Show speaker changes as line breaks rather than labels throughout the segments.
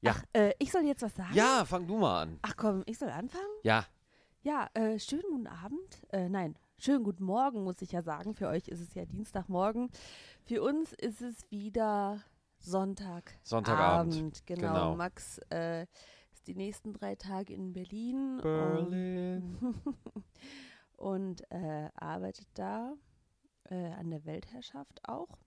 Ja.
Ach, äh, ich soll jetzt was sagen?
Ja, fang du mal an.
Ach komm, ich soll anfangen?
Ja.
Ja, äh, schönen guten Abend. Äh, nein, schönen guten Morgen, muss ich ja sagen. Für euch ist es ja Dienstagmorgen. Für uns ist es wieder Sonntag.
Sonntagabend,
Abend, Genau.
genau.
Max äh, ist die nächsten drei Tage in Berlin.
Berlin.
Und, und äh, arbeitet da äh, an der Weltherrschaft auch.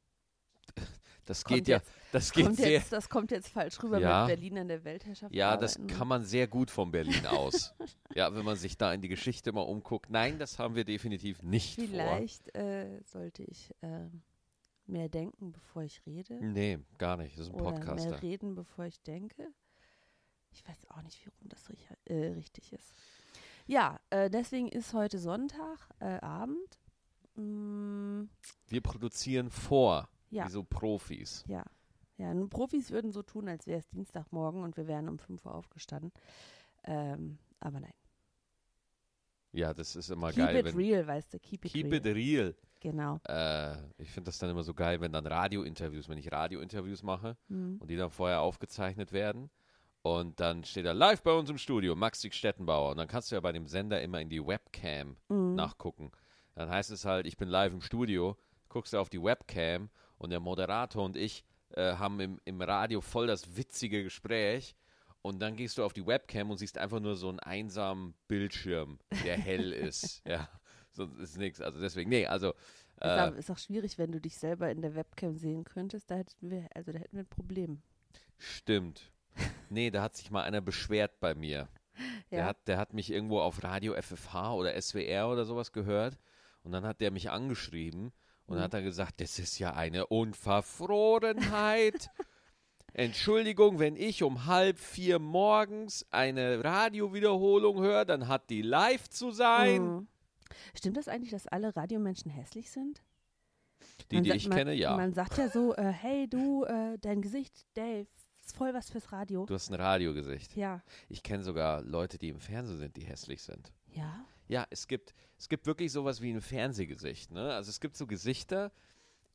Das
Kommt
geht ja,
jetzt.
das geht
Kommt
sehr.
jetzt, das kommt jetzt falsch rüber
Ja.
mit Berlin an der Weltherrschaft.
Ja, das
arbeiten.
kann man sehr gut von Berlin aus. ja, wenn man sich da in die Geschichte mal umguckt. Nein, das haben wir definitiv nicht
Vielleicht äh, sollte ich äh, mehr denken, bevor ich rede.
vor. Nee, gar nicht. Das ist ein
Oder
Podcaster.
mehr reden, bevor ich denke. Ich weiß auch nicht, wie rum das rich- äh, richtig ist. Ja, äh, deswegen ist heute Sonntagabend. Äh, Abend. mm,
Wir produzieren vor,
ja,
wie so Profis.
ja. Ja, nun, Profis würden so tun, als wäre es Dienstagmorgen und wir wären um 5 Uhr aufgestanden. Ähm, aber nein.
Ja, das ist immer
keep
geil.
it
Wenn,
real, weißt du, keep it
keep
real.
it real.
Genau.
Äh, ich finde das dann immer so geil, wenn dann Radiointerviews, wenn ich Radiointerviews mache
Mhm.
und die dann vorher aufgezeichnet werden. Und dann steht da live bei uns im Studio, Maxi Stettenbauer. Und dann kannst du ja bei dem Sender immer in die Webcam
Mhm.
nachgucken. Dann heißt es halt, ich bin live im Studio, guckst du auf die Webcam und der Moderator und ich äh, haben im, im Radio voll das witzige Gespräch. Und dann gehst du auf die Webcam und siehst einfach nur so einen einsamen Bildschirm, der hell ist. Ja, sonst ist nichts. Also deswegen, nee, also.
Ist, aber-
Äh,
ist auch schwierig, wenn du dich selber in der Webcam sehen könntest. Da hätten wir, also da hätten wir ein Problem.
Stimmt. Nee, da hat sich mal einer beschwert bei mir. Der, hat, der hat mich irgendwo auf Radio FFH oder SWR oder sowas gehört. Und dann hat der mich angeschrieben und
Mhm.
hat dann gesagt, das ist ja eine Unverfrorenheit. Entschuldigung, wenn ich um halb vier morgens eine Radiowiederholung höre, dann hat die live zu sein.
Mhm. Stimmt das eigentlich, dass alle Radiomenschen hässlich sind?
Die,
Man
die
sa-
ich
man,
kenne, ja.
Man sagt ja so, äh, hey du, äh, dein Gesicht, Dave, ist voll was fürs Radio.
Du hast ein Radiogesicht.
Ja.
Ich kenne sogar Leute, die im Fernsehen sind, die hässlich sind.
Ja.
Ja, es gibt, es gibt wirklich sowas wie ein Fernsehgesicht. Ne? Also es gibt so Gesichter,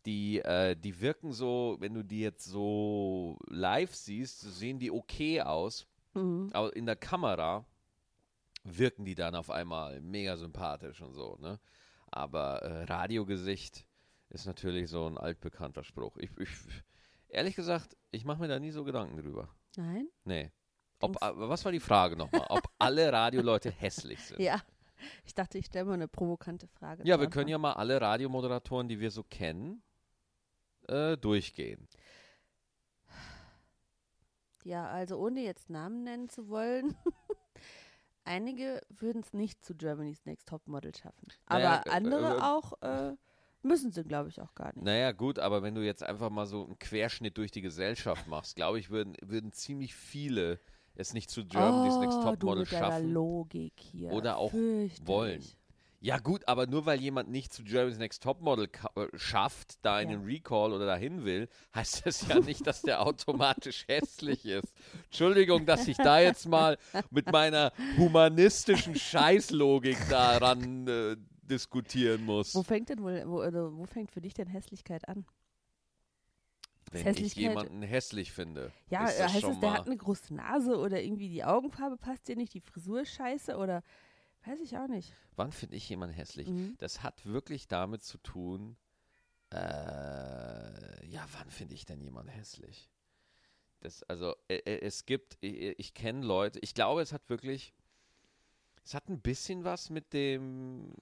die, äh, die wirken so, wenn du die jetzt so live siehst, so sehen die okay aus.
Mhm.
Aber in der Kamera wirken die dann auf einmal mega sympathisch und so. Ne? Aber äh, Radiogesicht ist natürlich so ein altbekannter Spruch. Ich, ich, ehrlich gesagt, ich mache mir da nie so Gedanken drüber.
Nein?
Nee. Ob,
Ging's-
aber was war die Frage nochmal? Ob alle Radioleute hässlich sind?
Ja. Ich dachte, ich stelle mal eine provokante Frage.
Äh. Ja,
zu
wir können
Anfang.
ja mal alle Radiomoderatoren, die wir so kennen, äh, durchgehen.
Ja, also ohne jetzt Namen nennen zu wollen. Einige würden es nicht zu Germany's Next Top Model schaffen. Aber
Naja, äh,
andere
äh,
auch äh, müssen sie, glaube ich, auch gar nicht.
Naja, gut, aber wenn du jetzt einfach mal so einen Querschnitt durch die Gesellschaft machst, glaube ich, würden, würden ziemlich viele es nicht zu Germany's
oh,
Next Top
du
Model
mit deiner
schaffen.
Logik hier.
Oder auch
Fürchterlich.
wollen. Ja, gut, aber nur weil jemand nicht zu Germany's Next Top Model ka- äh, schafft, da einen Recall oder dahin will, heißt das ja nicht, dass der automatisch hässlich ist. Entschuldigung, dass ich da jetzt mal mit meiner humanistischen Scheißlogik daran äh, diskutieren muss.
Wo fängt denn wohl, wo, also wo fängt für dich denn Hässlichkeit an?
Wenn ich
Hässlichkeit-
jemanden hässlich finde,
Ja,
ist das
heißt
schon
es, der
mal.
hat eine große Nase oder irgendwie die Augenfarbe passt dir nicht, die Frisur ist scheiße oder weiß ich auch nicht.
wann finde ich jemanden hässlich?
Mhm.
Das hat wirklich damit zu tun, äh, ja, wann finde ich denn jemanden hässlich? Das, also, äh, äh, es gibt, ich, ich kenne Leute, ich glaube, es hat wirklich, es hat ein bisschen was mit dem,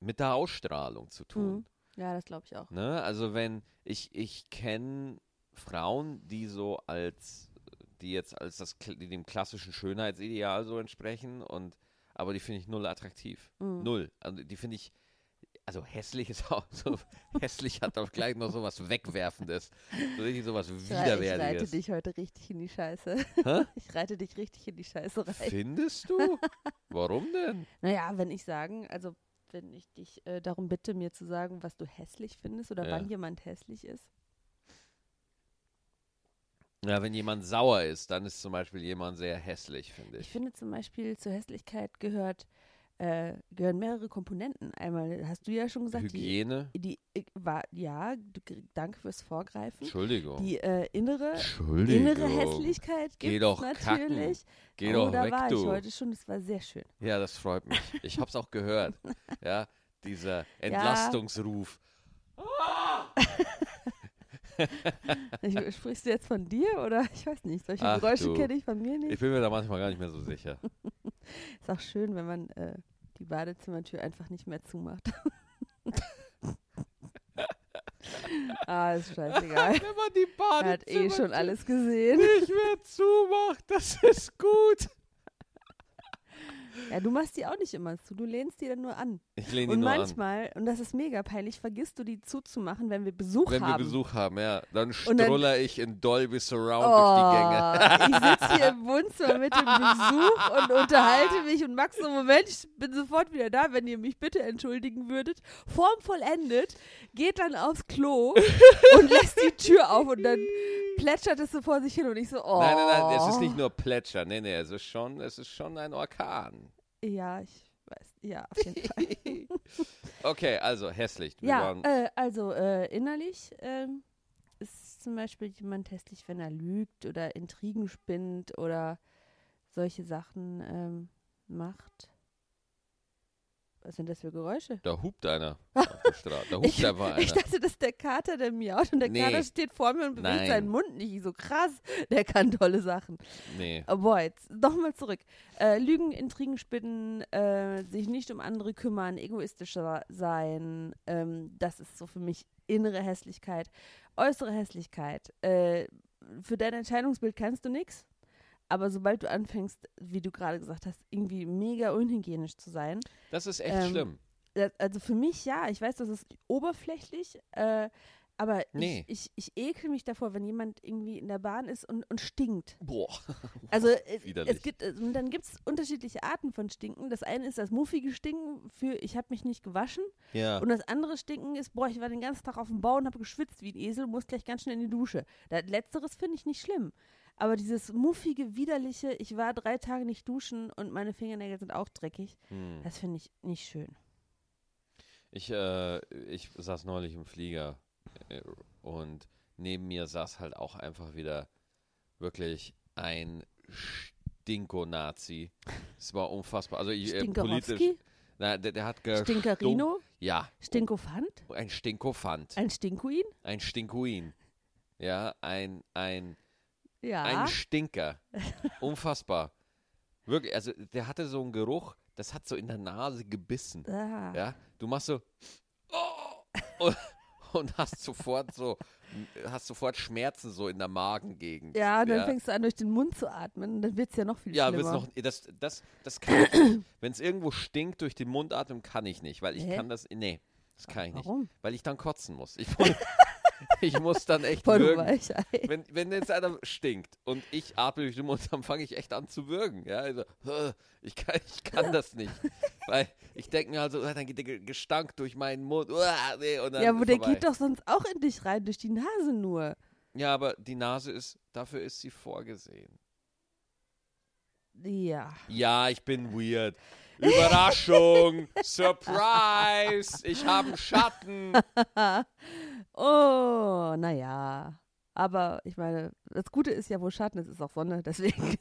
mit der Ausstrahlung zu tun.
Mhm. Ja, das glaube ich auch.
Ne? Also wenn ich, ich kenne Frauen, die so als, die jetzt als das kl- die dem klassischen Schönheitsideal so entsprechen und aber die finde ich null attraktiv.
Mhm.
Null. Also die finde ich, also hässlich ist auch so, hässlich hat auch gleich noch so was Wegwerfendes. So richtig so was
Ja, Ich reite
Widerwärtiges.
dich heute richtig in die Scheiße.
Hä?
Ich reite dich richtig in die Scheiße rein.
Findest du? Warum denn?
Naja, wenn ich sagen, also wenn ich dich äh, darum bitte, mir zu sagen, was du hässlich findest oder
Ja.
wann jemand hässlich ist.
Ja, wenn jemand sauer ist, dann ist zum Beispiel jemand sehr hässlich, finde
Ich
ich.
finde zum Beispiel zur Hässlichkeit gehört äh, gehören mehrere Komponenten. Einmal hast du ja schon gesagt, die,
Hygiene.
die äh, war, ja, du- danke fürs Vorgreifen.
Entschuldigung.
Die äh, innere,
Entschuldigung.
innere Hässlichkeit
Geh
gibt
doch kacken.
natürlich.
Geh
oh,
doch
da
weg,
war
du.
ich heute schon, das war sehr schön.
Ja, das freut mich. Ich hab's auch gehört. Ja, dieser Entlastungsruf.
Ich, sprichst du jetzt von dir oder ich weiß nicht, solche
Ach
Geräusche
du.
kenne ich von mir nicht.
Ich bin mir da manchmal gar nicht mehr so sicher.
Ist auch schön, wenn man äh, die Badezimmertür einfach nicht mehr zumacht. ah, ist scheißegal.
Wenn man die
Er
Bahn
hat eh schon alles gesehen.
nicht mehr zumacht, das ist gut.
Ja, du machst die auch nicht immer zu, du lehnst die dann nur an.
Ich lehne die
Und
nur
manchmal, und das ist mega peinlich, vergisst du die zuzumachen, wenn wir Besuch
an. Wenn wir
haben.
Besuch haben, ja, dann
Und dann-
struller ich in Dolby Surround durch die Gänge.
Oh, ich sitze hier im Wohnzimmer mit dem Besuch und unterhalte mich und Max so, Moment, ich bin sofort wieder da, wenn ihr mich bitte entschuldigen würdet. Form vollendet, geht dann aufs Klo und lässt die Tür auf und dann plätschert es so vor sich hin und ich so, oh.
Nein, nein, nein, es ist nicht nur Plätschern, nee, nee, es ist schon, es ist schon ein Orkan.
oh. Ja, ich weiß, ja, auf jeden Fall.
Okay, also hässlich. Wir
ja,
waren,
äh, also äh, innerlich ähm, ist zum Beispiel jemand hässlich, wenn er lügt oder Intrigen spinnt oder solche Sachen ähm, macht. Was sind das für Geräusche?
da hupt einer auf der Straße. Da hupt
Ich,
einfach einer.
ich dachte, das ist der Kater, der miaut und der
Nee.
Kater steht vor mir und bewegt
Nein.
seinen Mund nicht. Ich so krass, der kann tolle Sachen.
nee.
Oh boy, jetzt nochmal zurück. Äh, Lügen, Intrigen spinnen, äh, sich nicht um andere kümmern, egoistischer sein, ähm, das ist so für mich innere Hässlichkeit, äußere Hässlichkeit. Äh, für dein Entscheidungsbild kannst du nichts, aber sobald du anfängst, wie du gerade gesagt hast, irgendwie mega unhygienisch zu sein,
Das ist echt
Ähm,
schlimm.
das, also für mich ja, ich weiß, das ist oberflächlich, äh, aber
Nee.
ich, ich, ich ekel mich davor, wenn jemand irgendwie in der Bahn ist und, und stinkt.
Boah.
Also äh,
Widerlich.
es gibt, äh, und dann gibt es unterschiedliche Arten von Stinken. Das eine ist das muffige Stinken für ich habe mich nicht gewaschen
Ja.
und das andere Stinken ist, boah, ich war den ganzen Tag auf dem Bau und habe geschwitzt wie ein Esel und muss gleich ganz schnell in die Dusche. Das Letzteres finde ich nicht schlimm. Aber dieses muffige, widerliche, ich war drei Tage nicht duschen und meine Fingernägel sind auch dreckig,
Hm.
das finde ich nicht schön.
Ich, äh, ich saß neulich im Flieger äh, und neben mir saß halt auch einfach wieder wirklich ein Stinko-Nazi. Es war unfassbar. Also ich, äh, politisch.
Stinkerowski,
Nein, der, der hat gestunken.
Stinkerino,
Ja.
Stinkofant,
Ein Stinkofant.
ein Stinkuin,
Ein Stinkuin. Ja, ein, ein,
ja,
ein Stinker. Unfassbar. Wirklich, also der hatte so einen Geruch, das hat so in der Nase gebissen.
ah,
Ja, du machst so oh, und, und hast sofort so hast sofort Schmerzen so in der Magengegend.
ja, und dann
ja.
fängst du an, durch den Mund zu atmen und dann wird es ja noch viel
Ja, wird's
schlimmer.
noch das das das kann ich wenn es irgendwo stinkt durch den Mund atmen kann ich nicht, weil ich
Hä?
kann das nee, das kann ich nicht,
Warum?
weil ich dann kotzen muss. Ich muss, ich muss dann echt
Voll du
würgen.
Weichei.
Wenn, wenn jetzt einer stinkt und ich atme durch den Mund, dann fange ich echt an zu würgen. Ja? Also, äh, ich, kann, ich kann das nicht. Weil ich denke mir halt so, äh, dann geht der Ge- Gestank durch meinen Mund. uah, nee, und dann
Ja, wo
ist
der
vorbei.
geht doch sonst auch in dich rein, durch die Nase nur.
Ja, aber die Nase ist, dafür ist sie vorgesehen.
Ja.
Ja, ich bin weird. Überraschung! Surprise! Ich habe einen Schatten!
Oh, naja. Aber ich meine, das Gute ist ja, wo Schatten ist, ist auch Sonne. Deswegen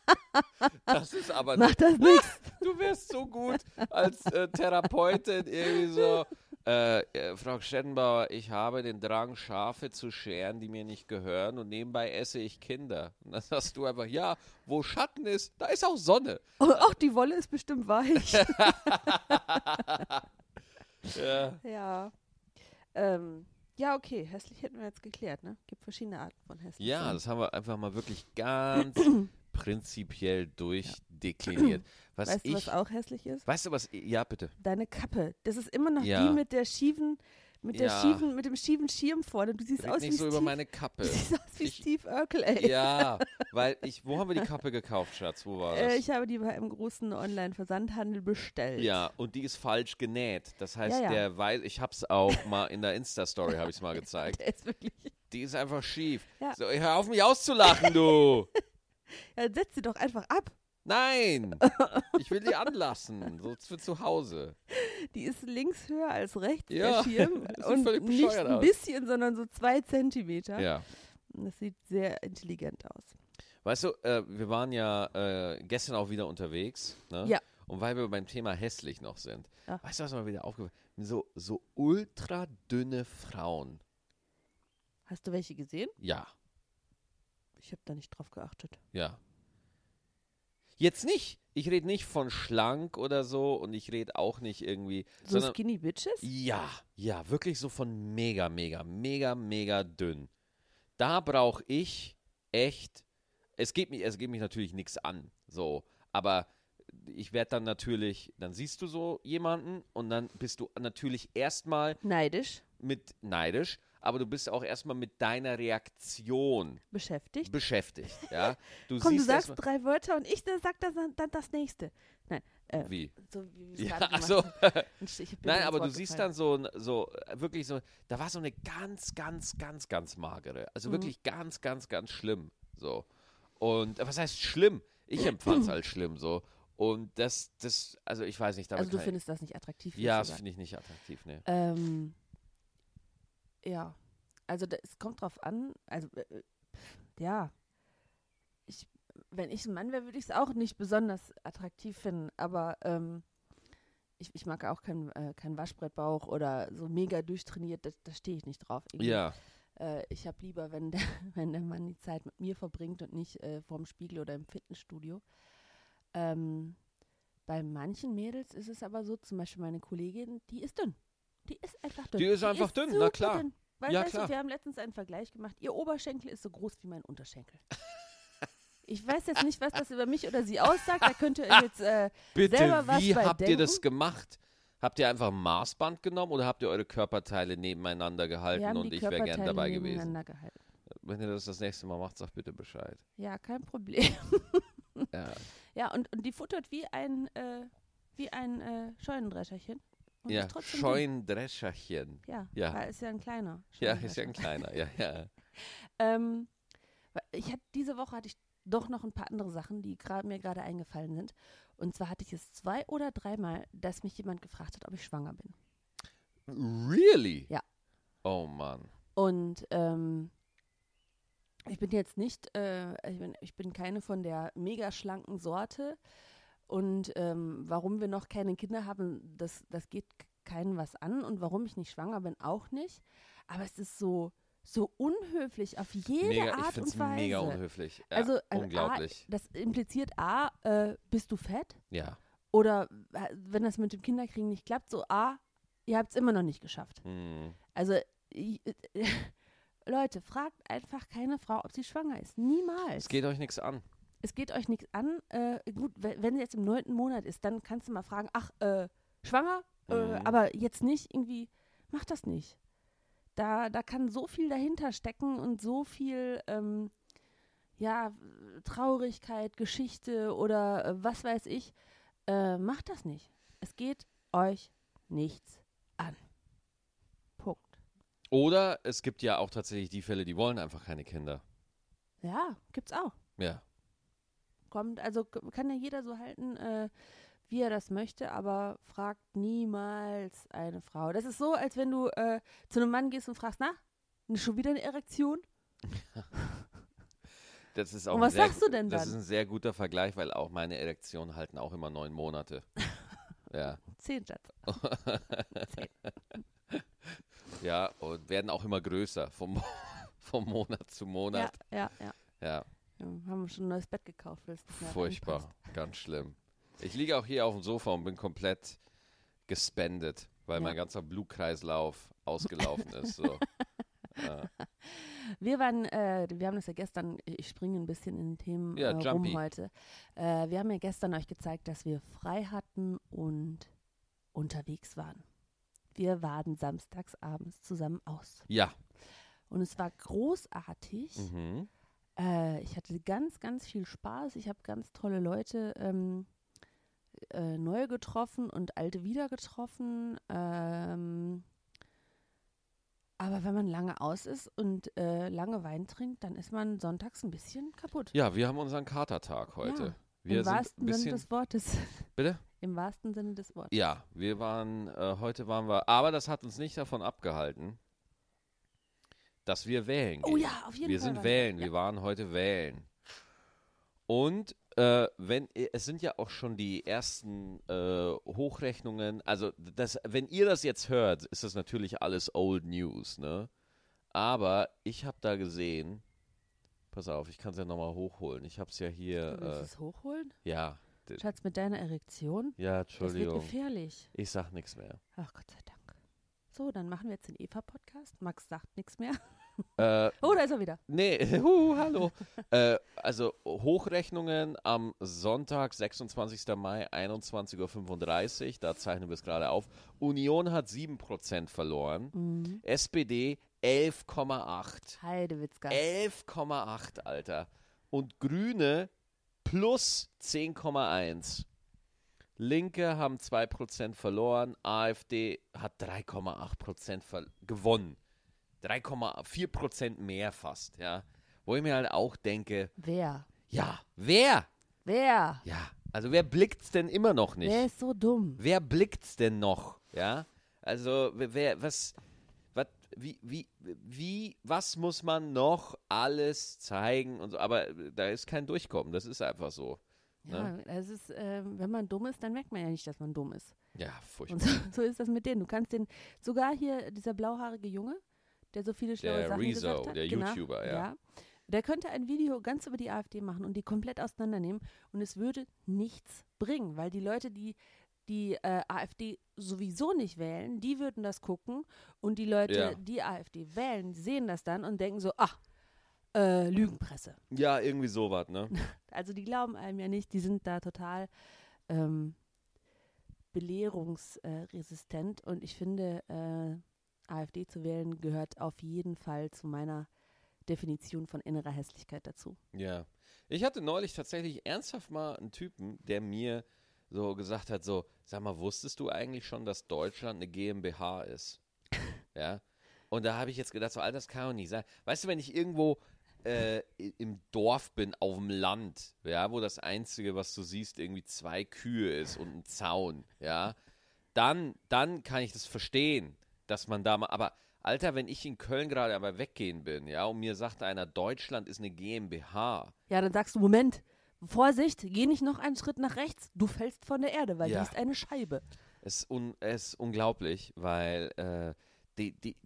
Das ist aber
macht das nichts.
Du wärst so gut als äh, Therapeutin irgendwie so. Äh, äh, Frau Schettenbauer, ich habe den Drang, Schafe zu scheren, die mir nicht gehören und nebenbei esse ich Kinder. Und dann sagst du einfach, ja, wo Schatten ist, da ist auch Sonne.
Und auch Oh, die Wolle ist bestimmt weich.
Ja,
ja. Ähm, ja, okay. Hässlich hätten wir jetzt geklärt, ne? Gibt verschiedene Arten von hässlich.
ja
sein.
das haben wir einfach mal wirklich ganz prinzipiell durchdekliniert. Was
weißt
ich,
du, was auch hässlich ist?
weißt du was, ja bitte.
Deine Kappe. Das ist immer noch
Ja.
die mit der schiefen, mit der
Ja.
schiefen, mit dem schiefen Schirm vorne. Du siehst
Red
aus wie
nicht so
Steve,
über meine Kappe.
Du siehst aus wie
Ich-
Steve Urkel, ey.
Ja, weil ich, wo haben wir die Kappe gekauft, Schatz? Wo war das?
Äh, ich habe die bei einem großen Online-Versandhandel bestellt.
Ja, und die ist falsch genäht. Das heißt,
Ja, ja.
der weiß, ich hab's auch mal in der Insta-Story, habe ich mal gezeigt.
Der ist wirklich.
Die ist einfach schief.
Ja.
So, hör auf mich auszulachen, du!
Ja, setz sie doch einfach ab.
Nein! Ich will die anlassen, so für zu Hause.
Die ist links höher als rechts, der
Ja,
Schirm.
sieht
und
völlig
nicht
bescheuert
ein
aus.
bisschen, sondern so zwei Zentimeter.
Ja.
Das sieht sehr intelligent aus.
Weißt du, äh, wir waren ja äh, gestern auch wieder unterwegs. Ne?
Ja.
Und weil wir beim Thema hässlich noch sind,
Ja.
weißt du, was mir wieder aufgefallen ist? So, so ultra dünne Frauen.
Hast du welche gesehen?
Ja,
Ich habe da nicht drauf geachtet.
ja. Jetzt nicht. Ich rede nicht von schlank oder so und ich rede auch nicht irgendwie.
So
sondern,
Skinny Bitches?
ja, ja, wirklich so von mega, mega, mega, mega dünn. Da brauche ich echt. Es geht mich, es geht mich natürlich nichts an. So, aber ich werde dann natürlich, dann siehst du so jemanden und dann bist du natürlich erstmal
Neidisch,
mit neidisch, aber du bist auch erstmal mit deiner Reaktion
beschäftigt.
beschäftigt. Ja? Du
Komm, du
siehst
sagst
erstmal-
drei Wörter und ich sag das, dann das nächste. Nein, äh,
wie?
so wie wir es
Ja,
gerade gemacht
also,
haben. Ich- ich bin
nein,
ins
aber du
Wort
siehst
gefallen.
dann so, ein- so äh, wirklich so, da war so eine ganz, ganz, ganz, ganz magere. Also
Mhm.
wirklich ganz, ganz, ganz schlimm. So. Und äh, was heißt schlimm? Ich empfand es als schlimm so. Und das, das, also ich weiß nicht, damit
Also du
kann
findest das nicht attraktiv?
ich, Ja,
willst
das
du sagen.
finde ich nicht attraktiv, ne.
Ähm, ja, also da- es kommt drauf an. Also äh, äh, ja, ich, wenn ich ein Mann wäre, würde ich es auch nicht besonders attraktiv finden. Aber ähm, ich, ich mag auch keinen äh, kein Waschbrettbauch oder so mega durchtrainiert. Da, da stehe ich nicht drauf. Irgendwie.
Ja,
Äh, ich habe lieber, wenn der, wenn der Mann die Zeit mit mir verbringt und nicht äh, vorm Spiegel oder im Fitnessstudio. Ähm, bei manchen Mädels ist es aber so, zum Beispiel meine Kollegin, die ist dünn. Die ist einfach dünn.
Die ist einfach dünn, na
super
klar.
Dünn. Weil,
Ja,
weißt
klar.
Du, wir haben letztens einen Vergleich gemacht. Ihr Oberschenkel ist so groß wie mein Unterschenkel. Ich weiß jetzt nicht, was das über mich oder sie aussagt. Da könnt ihr euch jetzt. Äh,
bitte,
Selber was
wie
bei
habt ihr das
denken?
gemacht? Habt ihr einfach ein Maßband genommen oder habt ihr eure Körperteile nebeneinander
wir
gehalten
haben
und
die
ich wäre gern
Körperteile
dabei gewesen?
nebeneinander Gehalten.
Wenn ihr das das nächste Mal macht, sagt bitte Bescheid.
Ja, kein Problem.
Ja.
Ja, und, und die futtert wie ein, äh, wie ein äh, Scheunendrescherchen. Und
Ja,
ist trotzdem dünn.
Scheundrescherchen.
Ja,
Ja.
Weil ist ja ein kleiner.
Ja, ist ja ein
Scheunendrescher.
kleiner, ja, ja.
Ähm, weil ich hatte diese Woche hatte ich doch noch ein paar andere Sachen, die gra- mir gerade eingefallen sind. Und zwar hatte ich es zwei oder dreimal, dass mich jemand gefragt hat, ob ich schwanger bin.
Really?
Ja.
Oh Mann.
Und ähm, ich bin jetzt nicht, äh, ich, bin, ich bin keine von der mega schlanken Sorte. Und ähm, warum wir noch keine Kinder haben, das, das geht k- keinen was an. Und warum ich nicht schwanger bin, auch nicht. Aber es ist so, so unhöflich auf jede
Mega, ich
Art
find's
und Weise.
mega unhöflich. Ja,
also, also
unglaublich.
A, das impliziert A, äh, bist du fett?
ja.
Oder äh, wenn das mit dem Kinderkriegen nicht klappt, so A, ihr habt es immer noch nicht geschafft.
Hm.
Also, i- Leute, fragt einfach keine Frau, ob sie schwanger ist. Niemals.
Es geht euch nichts an.
Es geht euch nichts an. Äh, gut, we- wenn sie jetzt im neunten Monat ist, dann kannst du mal fragen, ach, äh, schwanger, äh,
Mhm.
aber jetzt nicht irgendwie, mach das nicht. Da, da kann so viel dahinter stecken und so viel, ähm, ja, Traurigkeit, Geschichte oder äh, was weiß ich. Äh, macht das nicht. Es geht euch nichts an. Punkt.
Oder es gibt ja auch tatsächlich die Fälle, die wollen einfach keine Kinder.
Ja, gibt's auch.
Ja.
Kommt, also k- kann ja jeder so halten, äh, wie er das möchte, aber fragt niemals eine Frau. Das ist so, als wenn du äh, zu einem Mann gehst und fragst, na, n- schon wieder eine Erektion?
Das ist auch
Und
ein
was
sehr,
sagst du denn
Das
dann?
ist ein sehr guter Vergleich, weil auch meine Erektionen halten auch immer neun Monate. ja.
Zehn Schatz.
Ja, und werden auch immer größer vom, Mo- vom Monat zu
Ja,
Monat.
ja, ja,
ja.
ja. Haben wir schon ein neues Bett gekauft. weil es nicht mehr
Furchtbar,
reinpasst.
ganz schlimm. Ich liege auch hier auf dem Sofa und bin komplett gespendet, weil
Ja.
mein ganzer Blutkreislauf ausgelaufen ist. So. ja.
Wir waren, äh, wir haben das ja gestern, ich springe ein bisschen in Themen
Ja,
äh,
jumpy.
rum heute. Äh, wir haben ja gestern euch gezeigt, dass wir frei hatten und unterwegs waren. Wir waren samstags abends zusammen aus.
ja.
Und es war großartig.
Mhm.
Äh, ich hatte ganz, ganz viel Spaß. Ich habe ganz tolle Leute ähm, äh, neu getroffen und alte wieder getroffen. Ähm, aber wenn man lange aus ist und äh, lange Wein trinkt, dann ist man sonntags ein bisschen kaputt.
ja, wir haben unseren Katertag heute. Wir
Im
sind
wahrsten
ein bisschen,
Sinne des Wortes.
Bitte?
Im wahrsten Sinne des Wortes.
Ja, wir waren, äh, heute waren wir, aber das hat uns nicht davon abgehalten, dass wir wählen gehen.
Oh ja, auf jeden
wir
Fall.
sind
war-
wählen, wir waren heute wählen. Und äh, wenn es sind ja auch schon die ersten äh, Hochrechnungen, also das, wenn ihr das jetzt hört, ist das natürlich alles Old News, ne? Aber ich habe da gesehen, pass auf, ich kann es ja nochmal hochholen. Ich habe es ja
Du willst
hier,
es hochholen?
äh, ja,
Schatz, mit deiner Erektion?
ja,
Das wird
Entschuldigung,
gefährlich.
ich sag nichts mehr.
Ach Gott sei Dank. So, dann machen wir jetzt den Eva-Podcast. Max sagt nichts mehr.
Äh,
Oh, da ist er wieder.
Nee, hu, hallo. äh, also Hochrechnungen am Sonntag, 26. Mai, 21.35 Uhr, da zeichnen wir es gerade auf. Union hat 7% verloren,
Mhm.
SPD 11,8.
Heidewitzka.
Äh. 11,8, Alter. Und Grüne plus 10,1. Linke haben 2% verloren, AfD hat 3,8% ver gewonnen. 3,4% mehr fast, ja. Wo ich mir halt auch denke,
Wer?
ja, wer?
Wer?
Ja, also wer blickt's denn immer noch nicht?
Wer ist so dumm?
Wer blickt's denn noch? Ja? Also, wer, wer was, was, wie, wie, wie, was muss man noch alles zeigen und so? Aber da ist kein Durchkommen, das ist einfach so.
Ja, es ist, äh, wenn man dumm ist, dann merkt man ja nicht, dass man dumm ist.
Ja,
Und
furchtbar.
so, so ist das mit denen. Du kannst den, sogar hier dieser blauhaarige Junge, der so viele schlaue
Der
Sachen
Rezo,
gesagt hat.
der
genau,
YouTuber, ja.
Der könnte ein Video ganz über die AfD machen und die komplett auseinandernehmen und es würde nichts bringen, weil die Leute, die die äh, AfD sowieso nicht wählen, die würden das gucken und die Leute,
Ja.
die AfD wählen, sehen das dann und denken so, ach, äh, Lügenpresse.
Ja, irgendwie sowas, ne?
Also die glauben einem ja nicht, die sind da total ähm, belehrungsresistent und ich finde, äh, AfD zu wählen gehört auf jeden Fall zu meiner Definition von innerer Hässlichkeit dazu.
Ja. Ich hatte neulich tatsächlich ernsthaft mal einen Typen, der mir so gesagt hat, so, sag mal, wusstest du eigentlich schon, dass Deutschland eine GmbH ist? Ja. Und da habe ich jetzt gedacht, so, Alter, das kann doch nicht sein. Weißt du, wenn ich irgendwo äh, i- im Dorf bin, auf dem Land, ja, wo das Einzige, was du siehst, irgendwie zwei Kühe ist und ein Zaun, ja, dann, dann kann ich das verstehen, dass man da mal, aber Alter, wenn ich in Köln gerade aber weggehen bin, ja, und mir sagt einer, Deutschland ist eine GmbH,
Ja, dann sagst du, Moment, Vorsicht, geh nicht noch einen Schritt nach rechts, du fällst von der Erde, weil
Ja.
die ist eine Scheibe.
Es ist, un es ist unglaublich, weil äh, die, die,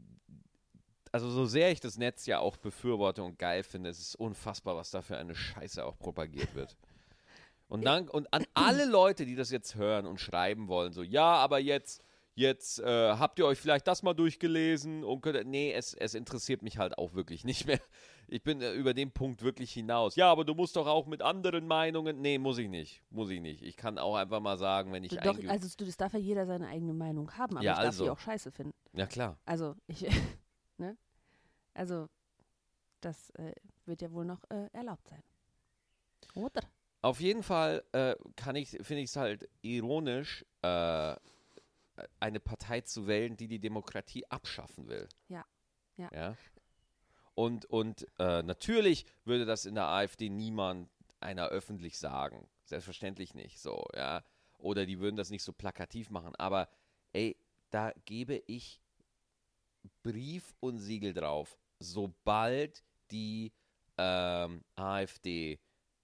also so sehr ich das Netz ja auch befürworte und geil finde, es ist unfassbar, was da für eine Scheiße auch propagiert wird. Und dann, und an alle Leute, die das jetzt hören und schreiben wollen, so, ja, aber jetzt, jetzt äh, habt ihr euch vielleicht das mal durchgelesen und könnt, nee, es, es interessiert mich halt auch wirklich nicht mehr. Ich bin äh, über den Punkt wirklich hinaus. Ja, aber du musst doch auch mit anderen Meinungen, nee, muss ich nicht, muss ich nicht. Ich kann auch einfach mal sagen, wenn ich
Doch,
einge-
also du, das darf ja jeder seine eigene Meinung haben, aber
Ja,
ich darf
also.
sie auch scheiße finden.
Ja, klar.
Also, ich, ne? Also, das äh, wird ja wohl noch äh, erlaubt sein. Oder?
Auf jeden Fall äh, kann ich, finde ich es halt ironisch, äh, eine Partei zu wählen, die die Demokratie abschaffen will.
Ja. Ja.
Und, und äh, natürlich würde das in der AfD niemand einer öffentlich sagen. Selbstverständlich nicht, so, ja. Oder die würden das nicht so plakativ machen. Aber, ey, da gebe ich Brief und Siegel drauf, sobald die ähm, AfD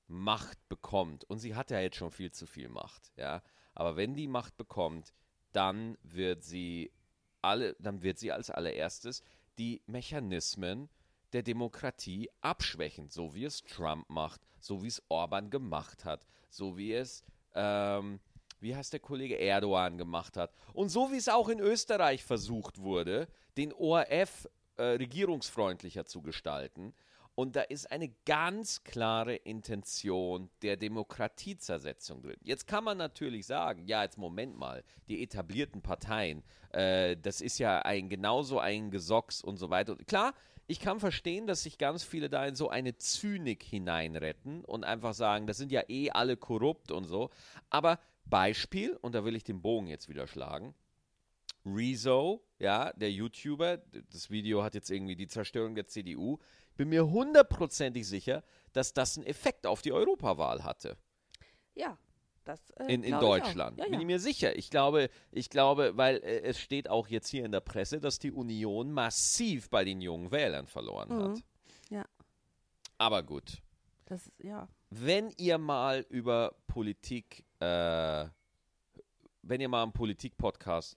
Macht bekommt, und sie hat ja jetzt schon viel zu viel Macht, ja, aber wenn die Macht bekommt, dann wird sie alle, dann wird sie als allererstes die Mechanismen der Demokratie abschwächen, so wie es Trump macht, so wie es Orban gemacht hat, so wie es, ähm, wie heißt der Kollege Erdogan gemacht hat und so wie es auch in Österreich versucht wurde, den ORF äh, regierungsfreundlicher zu gestalten. Und da ist eine ganz klare Intention der Demokratiezersetzung drin. Jetzt kann man natürlich sagen, ja, jetzt Moment mal, die etablierten Parteien, äh, das ist ja ein genauso ein Gesocks und so weiter. Und klar, ich kann verstehen, dass sich ganz viele da in so eine Zynik hineinretten und einfach sagen, das sind ja eh alle korrupt und so. Aber Beispiel, und da will ich den Bogen jetzt wieder schlagen, Rezo, ja, der YouTuber, d- das Video hat jetzt irgendwie die Zerstörung der CDU. Ich bin mir hundertprozentig sicher, dass das einen Effekt auf die Europawahl hatte.
Ja, das äh,
In, in
glaub ich auch.
Deutschland.
Ja,
Bin
ja.
ich mir sicher. Ich glaube, ich glaube, weil äh, es steht auch jetzt hier in der Presse, dass die Union massiv bei den jungen Wählern verloren
Mhm.
hat.
Ja.
Aber gut.
Das ist, ja.
Wenn ihr mal über Politik, äh, wenn ihr mal einen Politik-Podcast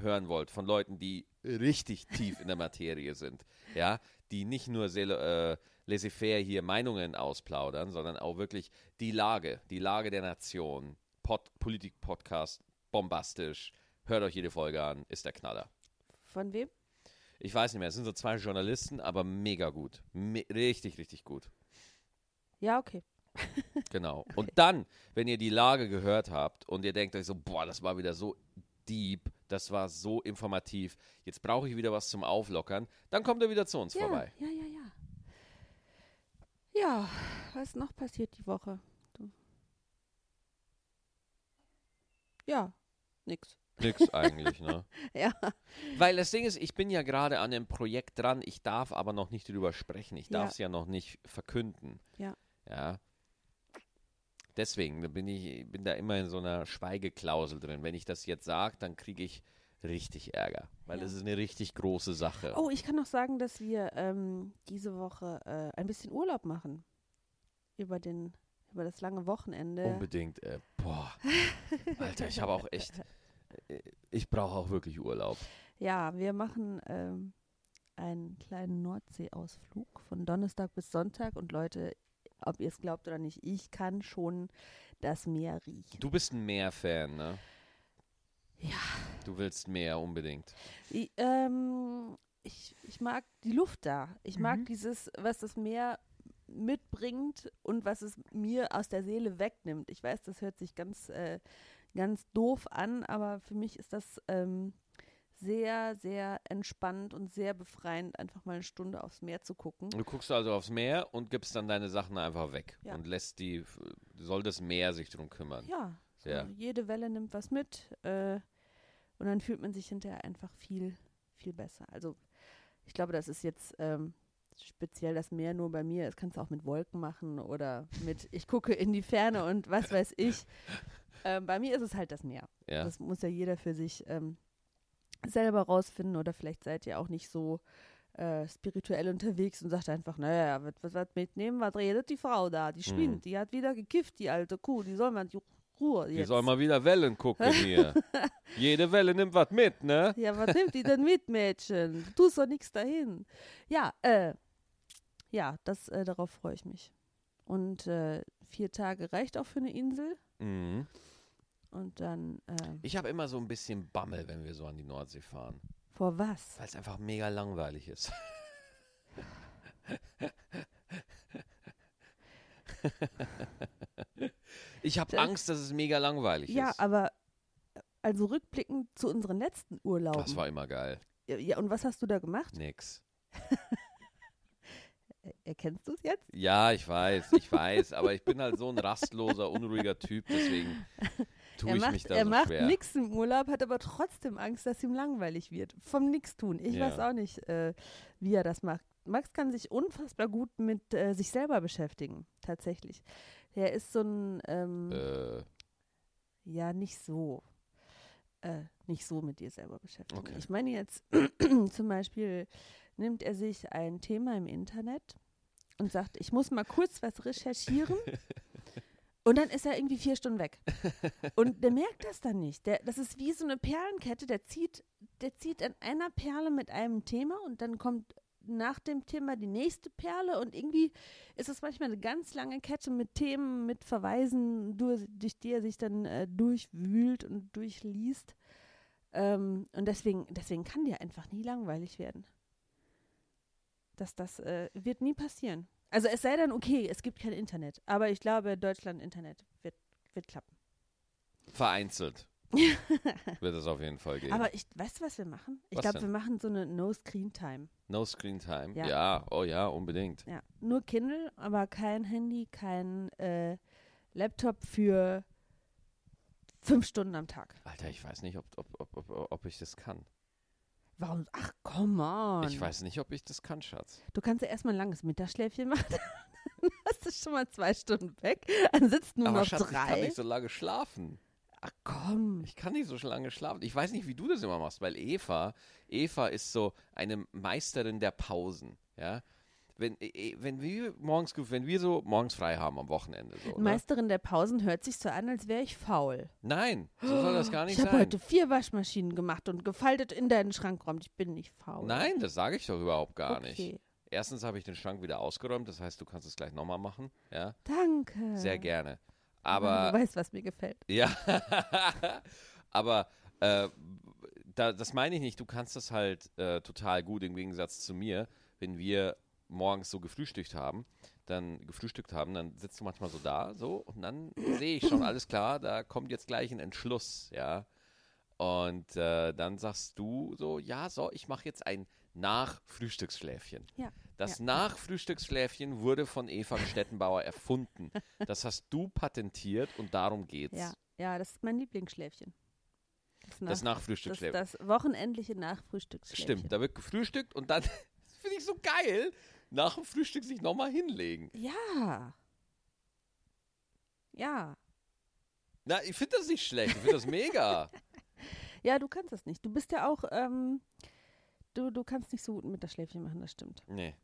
hören wollt von Leuten, die richtig tief in der Materie sind, ja, die nicht nur sel- äh, laissez-faire hier Meinungen ausplaudern, sondern auch wirklich die Lage, die Lage der Nation, Pod Politik-Podcast, bombastisch, hört euch jede Folge an, ist der Knaller.
Von wem?
Ich weiß nicht mehr, es sind so zwei Journalisten, aber mega gut, Me richtig, richtig gut.
Ja, okay.
Genau. Und dann, wenn ihr die Lage gehört habt und ihr denkt euch so, boah, das war wieder so deep, das war so informativ, jetzt brauche ich wieder was zum Auflockern, dann kommt ihr wieder zu uns
Ja,
vorbei.
ja, ja, ja. Ja, was ist noch passiert die Woche? Du- Ja, nix.
Nix eigentlich, ne?
Ja.
Weil das Ding ist, ich bin ja gerade an einem Projekt dran, ich darf aber noch nicht drüber sprechen, ich
Ja.
darf es ja noch nicht verkünden.
Ja.
Ja. Deswegen da bin ich bin da immer in so einer Schweigeklausel drin. Wenn ich das jetzt sage, dann kriege ich richtig Ärger, weil
Ja.
das ist eine richtig große Sache.
Oh, ich kann noch sagen, dass wir ähm, diese Woche äh, ein bisschen Urlaub machen. Über, den, über das lange Wochenende.
Unbedingt. Äh, boah. Alter, ich habe auch echt. äh, Ich brauche auch wirklich Urlaub.
Ja, wir machen ähm, einen kleinen Nordseeausflug von Donnerstag bis Sonntag. Und Leute, ob ihr es glaubt oder nicht, ich kann schon das Meer riechen.
Du bist ein Meer-Fan, ne?
Ja.
Du willst Meer unbedingt.
I- ähm, ich, ich mag die Luft da. Ich mag dieses, was das Meer mitbringt und was es mir aus der Seele wegnimmt. Ich weiß, das hört sich ganz, äh, ganz doof an, aber für mich ist das ähm, sehr, sehr entspannt und sehr befreiend, einfach mal eine Stunde aufs Meer zu gucken.
Du guckst also aufs Meer und gibst dann deine Sachen einfach weg
Ja.
und lässt die, f- soll das Meer sich drum kümmern.
Ja, so
Ja.
jede Welle nimmt was mit äh, und dann fühlt man sich hinterher einfach viel, viel besser. Also ich glaube, das ist jetzt ähm, speziell das Meer nur bei mir. Das kannst du auch mit Wolken machen oder mit ich gucke in die Ferne und was weiß ich. Ähm, bei mir ist es halt das Meer.
Ja.
Das muss ja jeder für sich ähm, selber rausfinden oder vielleicht seid ihr auch nicht so äh, spirituell unterwegs und sagt einfach, naja, was, was, was mitnehmen, was redet die Frau da? Die
Mhm.
spinnt, die hat wieder gekifft, die alte Kuh, die soll mal die Ruhe jetzt.
Die soll mal wieder Wellen gucken hier. Jede Welle nimmt was mit, ne?
ja, was nimmt die denn mit, Mädchen? Du tust doch nichts dahin. Ja, äh, ja, das, äh, darauf freue ich mich. Und äh, vier Tage reicht auch für eine Insel
Mhm.
und dann, äh,
Ich habe immer so ein bisschen Bammel, wenn wir so an die Nordsee fahren.
vor was?
Weil es einfach mega langweilig ist. ich habe
Das-
Angst, dass es mega langweilig
Ja,
ist.
aber äh, also rückblickend zu unseren letzten Urlauben.
Das war immer geil.
Ja, ja, und was hast du da gemacht?
Nix.
Erkennst du es jetzt?
Ja, ich weiß, ich weiß, aber ich bin halt so ein rastloser, unruhiger Typ, deswegen tue
er
ich
macht,
mich da
er
so
macht
schwer.
nichts im Urlaub, hat aber trotzdem Angst, dass ihm langweilig wird. Vom Nichtstun. Ich
Ja.
weiß auch nicht, äh, wie er das macht. Max kann sich unfassbar gut mit äh, sich selber beschäftigen, tatsächlich. Er ist so ein, ähm,
Äh,
ja, nicht so, äh, nicht so mit dir selber beschäftigen.
Okay.
Ich meine jetzt zum Beispiel nimmt er sich ein Thema im Internet und sagt, ich muss mal kurz was recherchieren. Und dann ist er irgendwie vier Stunden weg. Und der merkt das dann nicht. Der, das ist wie so eine Perlenkette, der zieht, der zieht an einer Perle mit einem Thema und dann kommt nach dem Thema die nächste Perle und irgendwie ist es manchmal eine ganz lange Kette mit Themen, mit Verweisen, du- durch die er sich dann äh, durchwühlt und durchliest. Ähm, und deswegen, deswegen kann dir einfach nie langweilig werden. Das, das äh, wird nie passieren. Also es sei dann okay, es gibt kein Internet. Aber ich glaube, Deutschland Internet wird, wird klappen.
vereinzelt wird es auf jeden Fall geben.
Aber ich, weißt du, was wir machen? Ich
Was
glaube, wir
denn?
machen so eine No-Screen-Time.
no Screen Time.
Ja.
Ja. oh ja, unbedingt.
Ja, nur Kindle, aber kein Handy, kein äh, Laptop für fünf Stunden am Tag.
Alter, ich weiß nicht, ob, ob, ob, ob, ob ich das kann.
Warum? Ach, come on.
Ich weiß nicht, ob ich das kann, Schatz.
Du kannst ja erstmal ein langes Mittagsschläfchen machen. hast du schon mal zwei Stunden weg, dann sitzt nur
Aber
noch
Schatz, ich kann
drei.
nicht so lange schlafen.
Ach komm.
Ich kann nicht so lange schlafen. Ich weiß nicht, wie du das immer machst, weil Eva, Eva ist so eine Meisterin der Pausen, ja. Wenn, eh, wenn wir morgens, wenn wir so morgens frei haben am Wochenende so, ne?
Meisterin der Pausen hört sich so an, als wäre ich faul.
Nein, so soll das gar nicht
ich habe
sein.
heute vier Waschmaschinen gemacht und gefaltet in deinen Schrank geräumt. Ich bin nicht faul.
Nein, das sage ich doch überhaupt gar nicht.
Okay.
Erstens habe ich den Schrank wieder ausgeräumt, das heißt, du kannst es gleich nochmal machen, ja.
Danke.
Sehr gerne.
Ja,
Aber
Du weißt, was mir gefällt.
Ja, aber äh, da, das meine ich nicht. Du kannst das halt äh, total gut im Gegensatz zu mir, wenn wir morgens so gefrühstückt haben, dann gefrühstückt haben, dann sitzt du manchmal so da, so und dann sehe ich schon alles klar. Da kommt jetzt gleich ein Entschluss, ja. Und äh, dann sagst du so, ja, so, ich mache jetzt ein Nachfrühstücksschläfchen.
Ja.
Das
ja.
Nachfrühstücksschläfchen wurde von Eva Stettenbauer erfunden. Das hast du patentiert und darum geht's.
Ja, ja, das ist mein Lieblingsschläfchen.
Das
das,
Nachfrühstücksschläfchen.
das wochenendliche Nachfrühstücksschläfchen.
Stimmt, da wird gefrühstückt und dann das finde ich so geil, nach dem Frühstück sich nochmal hinlegen.
Ja. Ja.
Na, ich finde das nicht schlecht, ich finde das mega.
Ja, du kannst das nicht. Du bist ja auch, ähm, du, du kannst nicht so gut mit das Schläfchen machen, das stimmt.
Nee.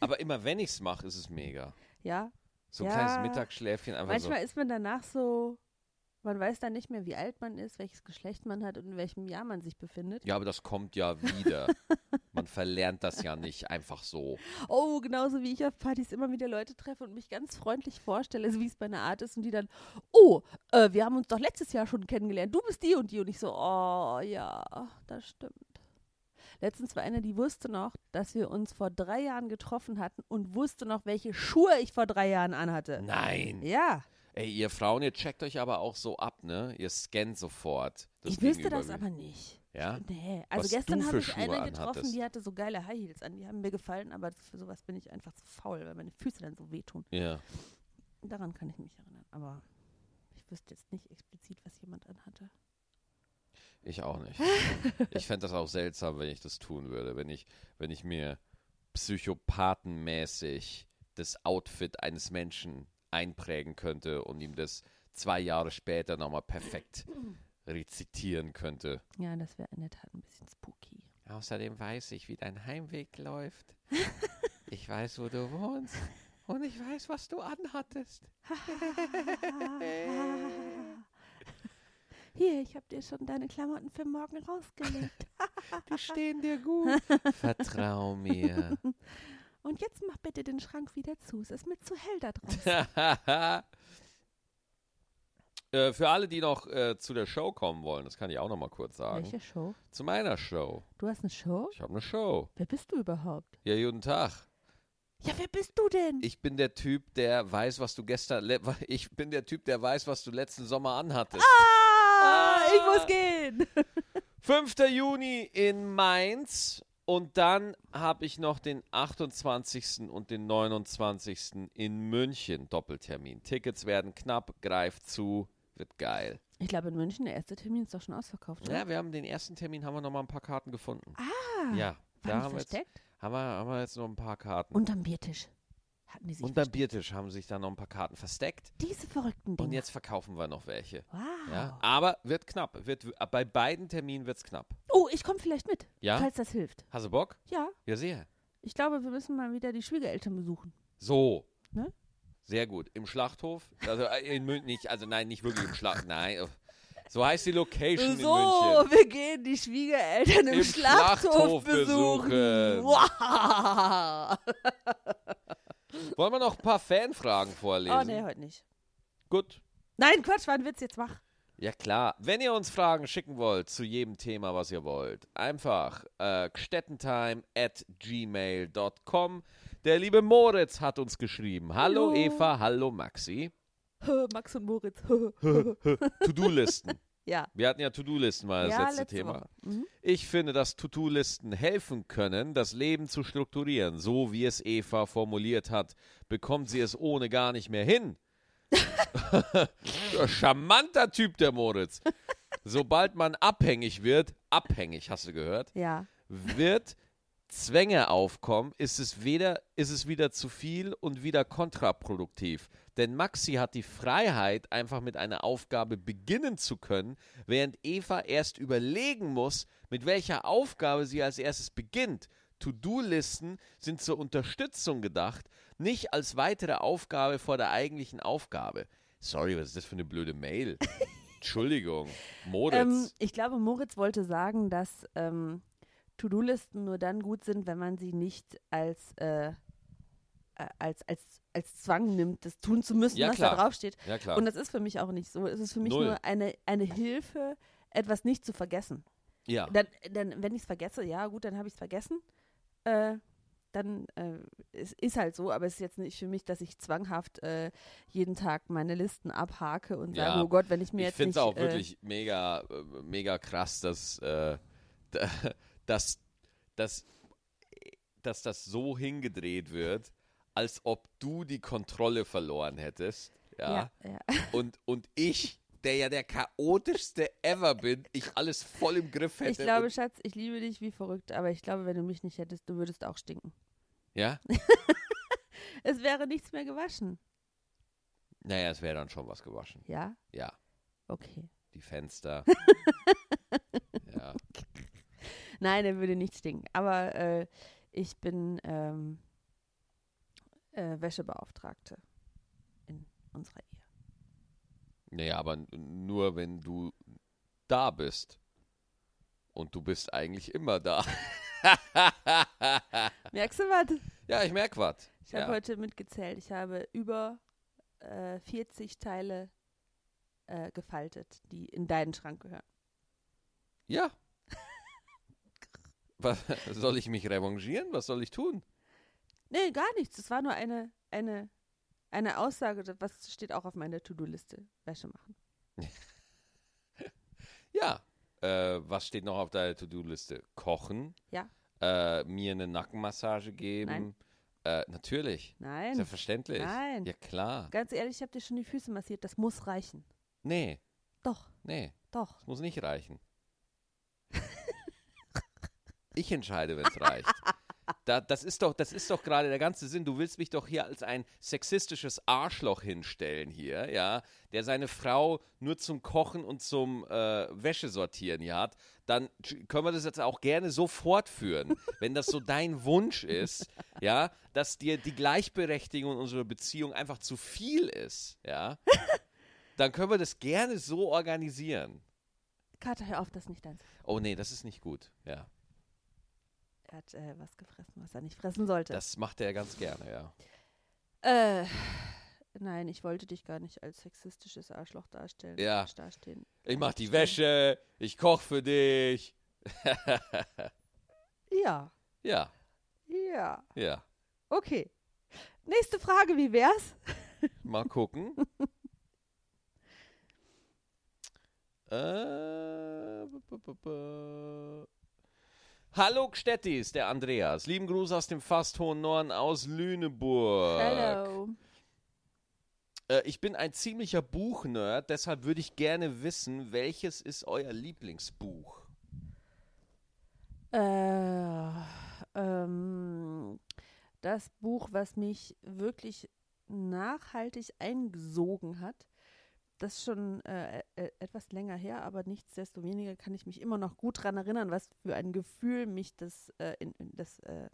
Aber immer wenn ich es mache, ist es mega.
Ja.
So ein
Ja.
kleines Mittagsschläfchen, einfach
Manchmal ist man danach so, man weiß dann nicht mehr, wie alt man ist, welches Geschlecht man hat und in welchem Jahr man sich befindet.
so. Ja, aber das kommt ja wieder. Man verlernt das ja nicht einfach so.
Oh, genauso wie ich auf Partys immer wieder Leute treffe und mich ganz freundlich vorstelle, so wie es bei einer Art ist und die dann, oh, äh, wir haben uns doch letztes Jahr schon kennengelernt, du bist die und die und ich so, oh ja, das stimmt. Letztens war eine, die wusste noch, dass wir uns vor drei Jahren getroffen hatten und wusste noch, welche Schuhe ich vor drei Jahren anhatte.
Nein.
Ja,
Ey, ihr Frauen, ihr checkt euch aber auch so ab, ne? Ihr scannt sofort. das
ich wüsste
Gegenüber
das
wie-
aber nicht.
Ja?
Nee, also
Was du
gestern
für
habe ich
Schuhe
eine
anhattest.
getroffen, die hatte so geile High Heels an, die haben mir gefallen, aber für sowas bin ich einfach zu faul, weil meine Füße dann so wehtun.
Ja.
Daran kann ich mich erinnern, aber ich wüsste jetzt nicht explizit, was jemand anhatte.
Ich auch nicht. Ich fände das auch seltsam, wenn ich das tun würde. Wenn ich, wenn ich mir psychopathenmäßig das Outfit eines Menschen einprägen könnte und ihm das zwei Jahre später nochmal perfekt rezitieren könnte.
Ja, das wäre in der Tat ein bisschen spooky.
Außerdem weiß ich, wie dein Heimweg läuft. Ich weiß, wo du wohnst. Und ich weiß, was du anhattest.
Hier, ich habe dir schon deine Klamotten für morgen rausgelegt.
Die stehen dir gut. Vertrau mir.
Und jetzt mach bitte den Schrank wieder zu. Es ist mir zu hell da draußen.
Äh, Für alle, die noch äh, zu der Show kommen wollen, das kann ich auch noch mal kurz sagen.
Welche Show?
Zu meiner Show.
Du hast eine Show?
Ich habe eine Show.
Wer bist du überhaupt?
Ja, guten Tag.
Ja, wer bist du denn?
Ich bin der Typ, der weiß, was du gestern. le- Ich bin der Typ, der weiß, was du letzten Sommer anhattest.
ah,
Ah!
ich muss gehen.
5. Juni in Mainz. Und dann habe ich noch den 28. und den 29. in München. Doppeltermin. Tickets werden knapp, greift zu, wird geil.
Ich glaube, in München, der erste Termin ist doch schon ausverkauft.
Ja,
Oder?
wir haben den ersten Termin, haben wir noch mal ein paar Karten gefunden. Ah, ja, da
Waren die
haben wir, jetzt,
versteckt?
haben, wir, haben wir jetzt noch ein paar Karten. Und,
Unterm Biertisch. Hatten die sich
beim Biertisch haben sich da noch ein paar Karten versteckt.
Diese verrückten Dinge.
Und jetzt verkaufen wir noch welche.
wow.
Ja, aber wird knapp. Wird, bei beiden Terminen wird es knapp.
Oh, ich komme vielleicht mit,
Ja?
falls das hilft.
Hast du Bock?
Ja,
Ja, sehr.
ich glaube, wir müssen mal wieder die Schwiegereltern besuchen.
So.
Ne?
Sehr gut. Im Schlachthof? Also äh, in München nicht. Also nein, nicht wirklich im Schlachthof. Nein. äh, So heißt die Location
so,
in München.
wir gehen die Schwiegereltern im,
Im Schlachthof
Schlachthof besuchen.
besuchen.
Wow.
Wollen wir noch ein paar Fanfragen vorlesen?
Oh, nee, heute nicht.
Gut.
Nein, Quatsch, war ein Witz, jetzt mach.
Ja klar, wenn ihr uns Fragen schicken wollt zu jedem Thema, was ihr wollt, einfach äh, gstettentime at gmail.com. Der liebe Moritz hat uns geschrieben. Hallo,
Hallo.
Eva, hallo Maxi.
Max und Moritz.
To-Do-Listen.
ja.
Wir hatten ja To-Do-Listen mal das
ja,
letzte, Thema.
Woche. Mhm.
Ich finde, dass To-Do-Listen helfen können, das Leben zu strukturieren, so wie es Eva formuliert hat. Bekommt sie es ohne gar nicht mehr hin. Charmanter Typ, der Moritz. Sobald man abhängig wird, abhängig, hast du gehört,
Ja.
wird Zwänge aufkommen, ist es weder, ist es wieder zu viel und wieder kontraproduktiv. Denn Maxi hat die Freiheit, einfach mit einer Aufgabe beginnen zu können, während Eva erst überlegen muss, mit welcher Aufgabe sie als erstes beginnt. To-Do-Listen sind zur Unterstützung gedacht, nicht als weitere Aufgabe vor der eigentlichen Aufgabe. Sorry, was ist das für eine blöde Mail? Entschuldigung, Moritz.
Ähm, ich glaube, Moritz wollte sagen, dass ähm, To-Do-Listen nur dann gut sind, wenn man sie nicht als, äh, äh, als, als, als Zwang nimmt, das tun zu müssen,
Ja,
was
klar.
da draufsteht.
ja klar.
Und das ist für mich auch nicht so. Es ist für mich
Null.
nur eine, eine Hilfe, etwas nicht zu vergessen.
ja.
Dann, dann wenn ich es vergesse, ja gut, dann habe ich es vergessen. Äh, dann äh, es ist halt so, aber es ist jetzt nicht für mich, dass ich zwanghaft äh, jeden Tag meine Listen abhake und
Ja.
sage, oh Gott, wenn ich mir
ich
jetzt
finde
nicht
es auch
äh,
wirklich mega, äh, mega krass, dass, äh, da- dass, dass, dass das so hingedreht wird, als ob du die Kontrolle verloren hättest. Ja.
ja, ja.
Und, und ich, der ja der chaotischste ever bin, ich alles voll im Griff hätte.
Ich glaube,
und,
Schatz, ich liebe dich wie verrückt, aber ich glaube, wenn du mich nicht hättest, du würdest auch stinken.
ja?
Es wäre nichts mehr gewaschen.
Naja, es wäre dann schon was gewaschen.
Ja?
Ja,
Okay.
die Fenster. ja.
Nein, er würde nicht stinken. Aber äh, ich bin ähm, äh, Wäschebeauftragte in unserer Ehe.
Naja, aber n- nur wenn du da bist. Und du bist eigentlich immer da.
Merkst du was?
ja, ich merke was.
Ich habe
Ja.
heute mitgezählt. Ich habe über äh, 40 Teile äh, gefaltet, die in deinen Schrank gehören.
ja. Was, soll ich mich revanchieren? Was soll ich tun?
Nee, gar nichts. Es war nur eine, eine, eine Aussage, das- was steht auch auf meiner To-Do-Liste. Wäsche machen.
Ja. Äh, was steht noch auf deiner To-Do-Liste? Kochen.
Ja.
Äh, mir eine Nackenmassage geben. Äh, natürlich.
Nein.
Selbstverständlich.
Nein.
Ja, klar.
Ganz ehrlich, ich habe dir schon die Füße massiert. Das muss reichen.
Nee,
Doch,
nee.
doch.
Das muss nicht reichen. Ich entscheide, wenn es reicht. Da, das ist doch, das ist doch gerade der ganze Sinn. Du willst mich doch hier als ein sexistisches Arschloch hinstellen hier, ja, der seine Frau nur zum Kochen und zum äh, Wäschesortieren hier hat. Dann tsch- können wir das jetzt auch gerne so fortführen, wenn das so dein Wunsch ist, ja, dass dir die Gleichberechtigung in unserer Beziehung einfach zu viel ist, ja. Dann können wir das gerne so organisieren.
Kater, hör auf, das ist nicht deins.
Oh nee, das ist nicht gut. Ja.
Er hat äh, was gefressen, was er nicht fressen sollte.
Das macht er ganz gerne, ja.
Äh, nein, ich wollte dich gar nicht als sexistisches Arschloch darstellen.
Ja.
Dastehen.
Ich mach die Wäsche, ich koch für dich.
Ja,
Ja,
ja.
ja.
Okay. Nächste Frage, wie wär's?
Mal gucken. äh, bu- bu- bu- bu- Hallo Gstettis, der Andreas. Lieben Gruß aus dem fast hohen Norden aus Lüneburg.
Hello.
Äh, ich bin ein ziemlicher Buchnerd, deshalb würde ich gerne wissen, welches ist euer Lieblingsbuch?
Äh, ähm, das Buch, was mich wirklich nachhaltig eingesogen hat, das ist schon äh, äh, etwas länger her, aber nichtsdestoweniger kann ich mich immer noch gut daran erinnern, was für ein Gefühl mich das, äh, in, in das äh,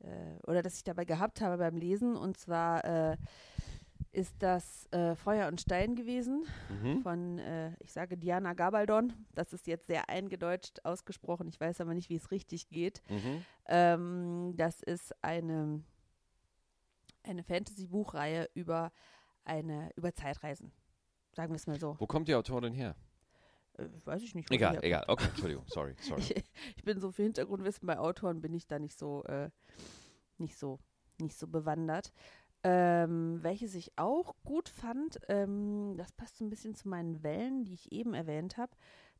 äh, oder das ich dabei gehabt habe beim Lesen. Und zwar äh, ist das äh, Feuer und Stein gewesen
Mhm.
von, äh, ich sage Diana Gabaldon. Das ist jetzt sehr eingedeutscht ausgesprochen. Ich weiß aber nicht, wie es richtig geht.
Mhm.
Ähm, das ist eine, eine Fantasy-Buchreihe über eine über Zeitreisen. Sagen wir es mal so.
Wo kommt die Autorin her?
Äh, weiß ich nicht. wo die
Egal,
herkommt.
egal. Okay, Entschuldigung, sorry, sorry.
Ich, ich bin so für Hintergrundwissen bei Autoren bin ich da nicht so äh, nicht so nicht so bewandert. Ähm, welches ich auch gut fand, ähm, das passt so ein bisschen zu meinen Wellen, die ich eben erwähnt habe.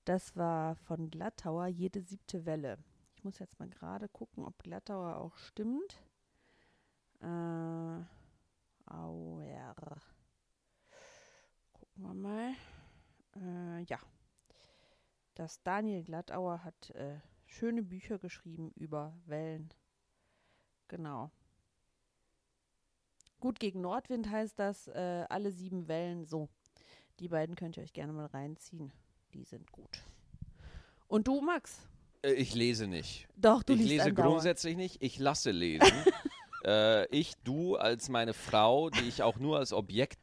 Das war von Glattauer jede siebte Welle. Ich muss jetzt mal gerade gucken, ob Glattauer auch stimmt. Äh, auer. Gucken wir mal. Äh, ja. Das Daniel Glattauer hat äh, schöne Bücher geschrieben über Wellen. Genau. Gut gegen Nordwind heißt das, äh, alle sieben Wellen so. Die beiden könnt ihr euch gerne mal reinziehen. Die sind gut. Und du, Max?
Äh, Ich lese nicht.
Doch, du
ich
liest
lese
andauernd.
grundsätzlich nicht, ich lasse lesen. äh, ich, du als meine Frau, die ich auch nur als Objekt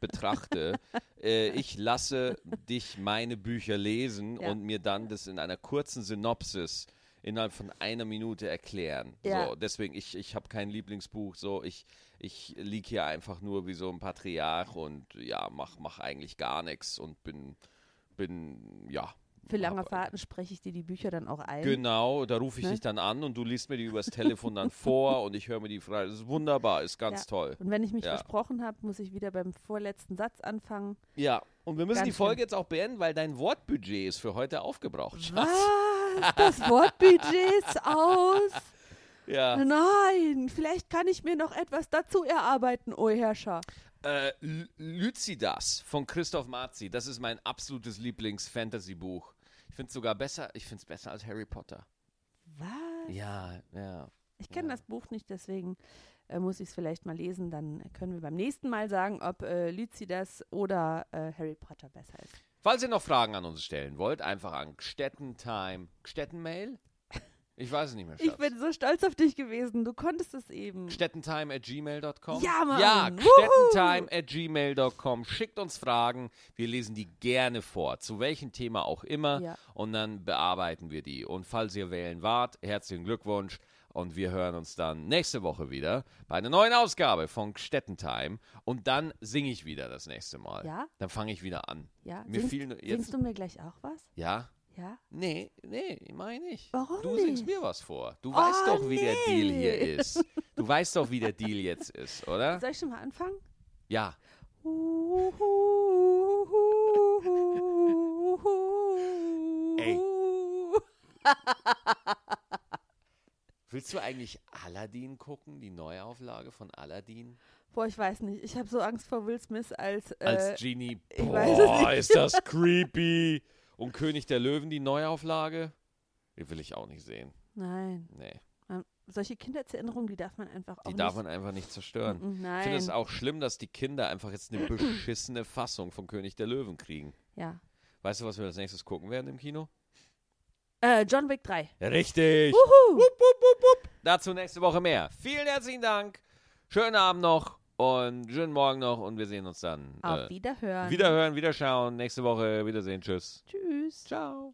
betrachte, äh, ich lasse dich meine Bücher lesen
Ja.
und mir dann das in einer kurzen Synopsis innerhalb von einer Minute erklären.
Ja.
So, deswegen, ich, ich habe kein Lieblingsbuch, so ich, ich lieg hier einfach nur wie so ein Patriarch und ja, mach, mach eigentlich gar nichts und bin, bin, ja.
Für lange
hab-
Fahrten spreche ich dir die Bücher dann auch ein.
Genau, da rufe ich
Hm? Ne?
dich dann an und du liest mir die übers Telefon dann vor und ich höre mir die frei. Das ist wunderbar, ist ganz
Ja.
toll.
Und wenn ich mich
Ja.
versprochen habe, muss ich wieder beim vorletzten Satz anfangen.
Ja, und wir müssen
Ganz
die Folge jetzt auch beenden, weil dein Wortbudget ist für heute aufgebraucht. Schatz.
Was? Das Wortbudget ist aus.
Ja.
Nein, vielleicht kann ich mir noch etwas dazu erarbeiten, o Herrscher.
Äh, L- Lycidas von Christoph Marzi, das ist mein absolutes Lieblings-Fantasy-Buch. Ich finde es sogar besser, ich finde es besser als Harry Potter.
Was?
Ja, ja.
Ich kenne
Ja.
das Buch nicht, deswegen äh, muss ich es vielleicht mal lesen. Dann können wir beim nächsten Mal sagen, ob äh, Lycidas oder äh, Harry Potter besser ist.
Falls ihr noch Fragen an uns stellen wollt, einfach an Gstettentime. Gstettenmail? Ich weiß es nicht mehr, Schatz.
Ich bin so stolz auf dich gewesen. Du konntest es eben.
Stettentime at gmail.com.
Ja, Mann.
Ja,
Wuhu.
stettentime at gmail.com. Schickt uns Fragen. Wir lesen die gerne vor, zu welchem Thema auch immer.
Ja.
Und dann bearbeiten wir die. Und falls ihr wählen wart, herzlichen Glückwunsch. Und wir hören uns dann nächste Woche wieder bei einer neuen Ausgabe von Stettentime. Und dann singe ich wieder das nächste Mal.
Ja?
Dann fange ich wieder an.
Ja,
Mir
singst,
fiel nur
singst
jetzt.
du mir gleich auch was?
Ja?
Ja.
Nee, nee, meine ich.
Warum
Du
nicht?
singst
Ah,
mir was vor. Du weißt doch, wie der Deal hier
nee.
ist. Du weißt doch, wie der Deal jetzt ist, oder?
Soll ich schon mal anfangen?
Ja. Ey. Willst du eigentlich Aladdin gucken, die Neuauflage von Aladdin?
Boah, ich weiß nicht. Ich habe so Angst vor Will Smith als. Äh,
Als Genie.
ich weiß es
Boah,
nicht.
ist das creepy. Und König der Löwen, die Neuauflage? Die will ich auch nicht sehen.
nein.
Nee.
Man, solche Kindheitserinnerungen, die darf man einfach auch
Die
nicht.
darf man einfach nicht zerstören.
Mm, Nein.
Ich finde es auch schlimm, dass die Kinder einfach jetzt eine beschissene Fassung von König der Löwen kriegen.
Ja.
Weißt du, was wir als nächstes gucken werden im Kino?
Äh, John Wick 3. Uh,
Richtig.
Uhu.
Wupp, wupp, wupp, wupp. Dazu nächste Woche mehr. Vielen herzlichen Dank. Schönen Abend noch und schönen Morgen noch und wir sehen uns dann.
Auf
äh,
Wiederhören.
wiederhören, wiederschauen. Nächste Woche. Wiedersehen. Tschüss.
Tschüss.
Ciao.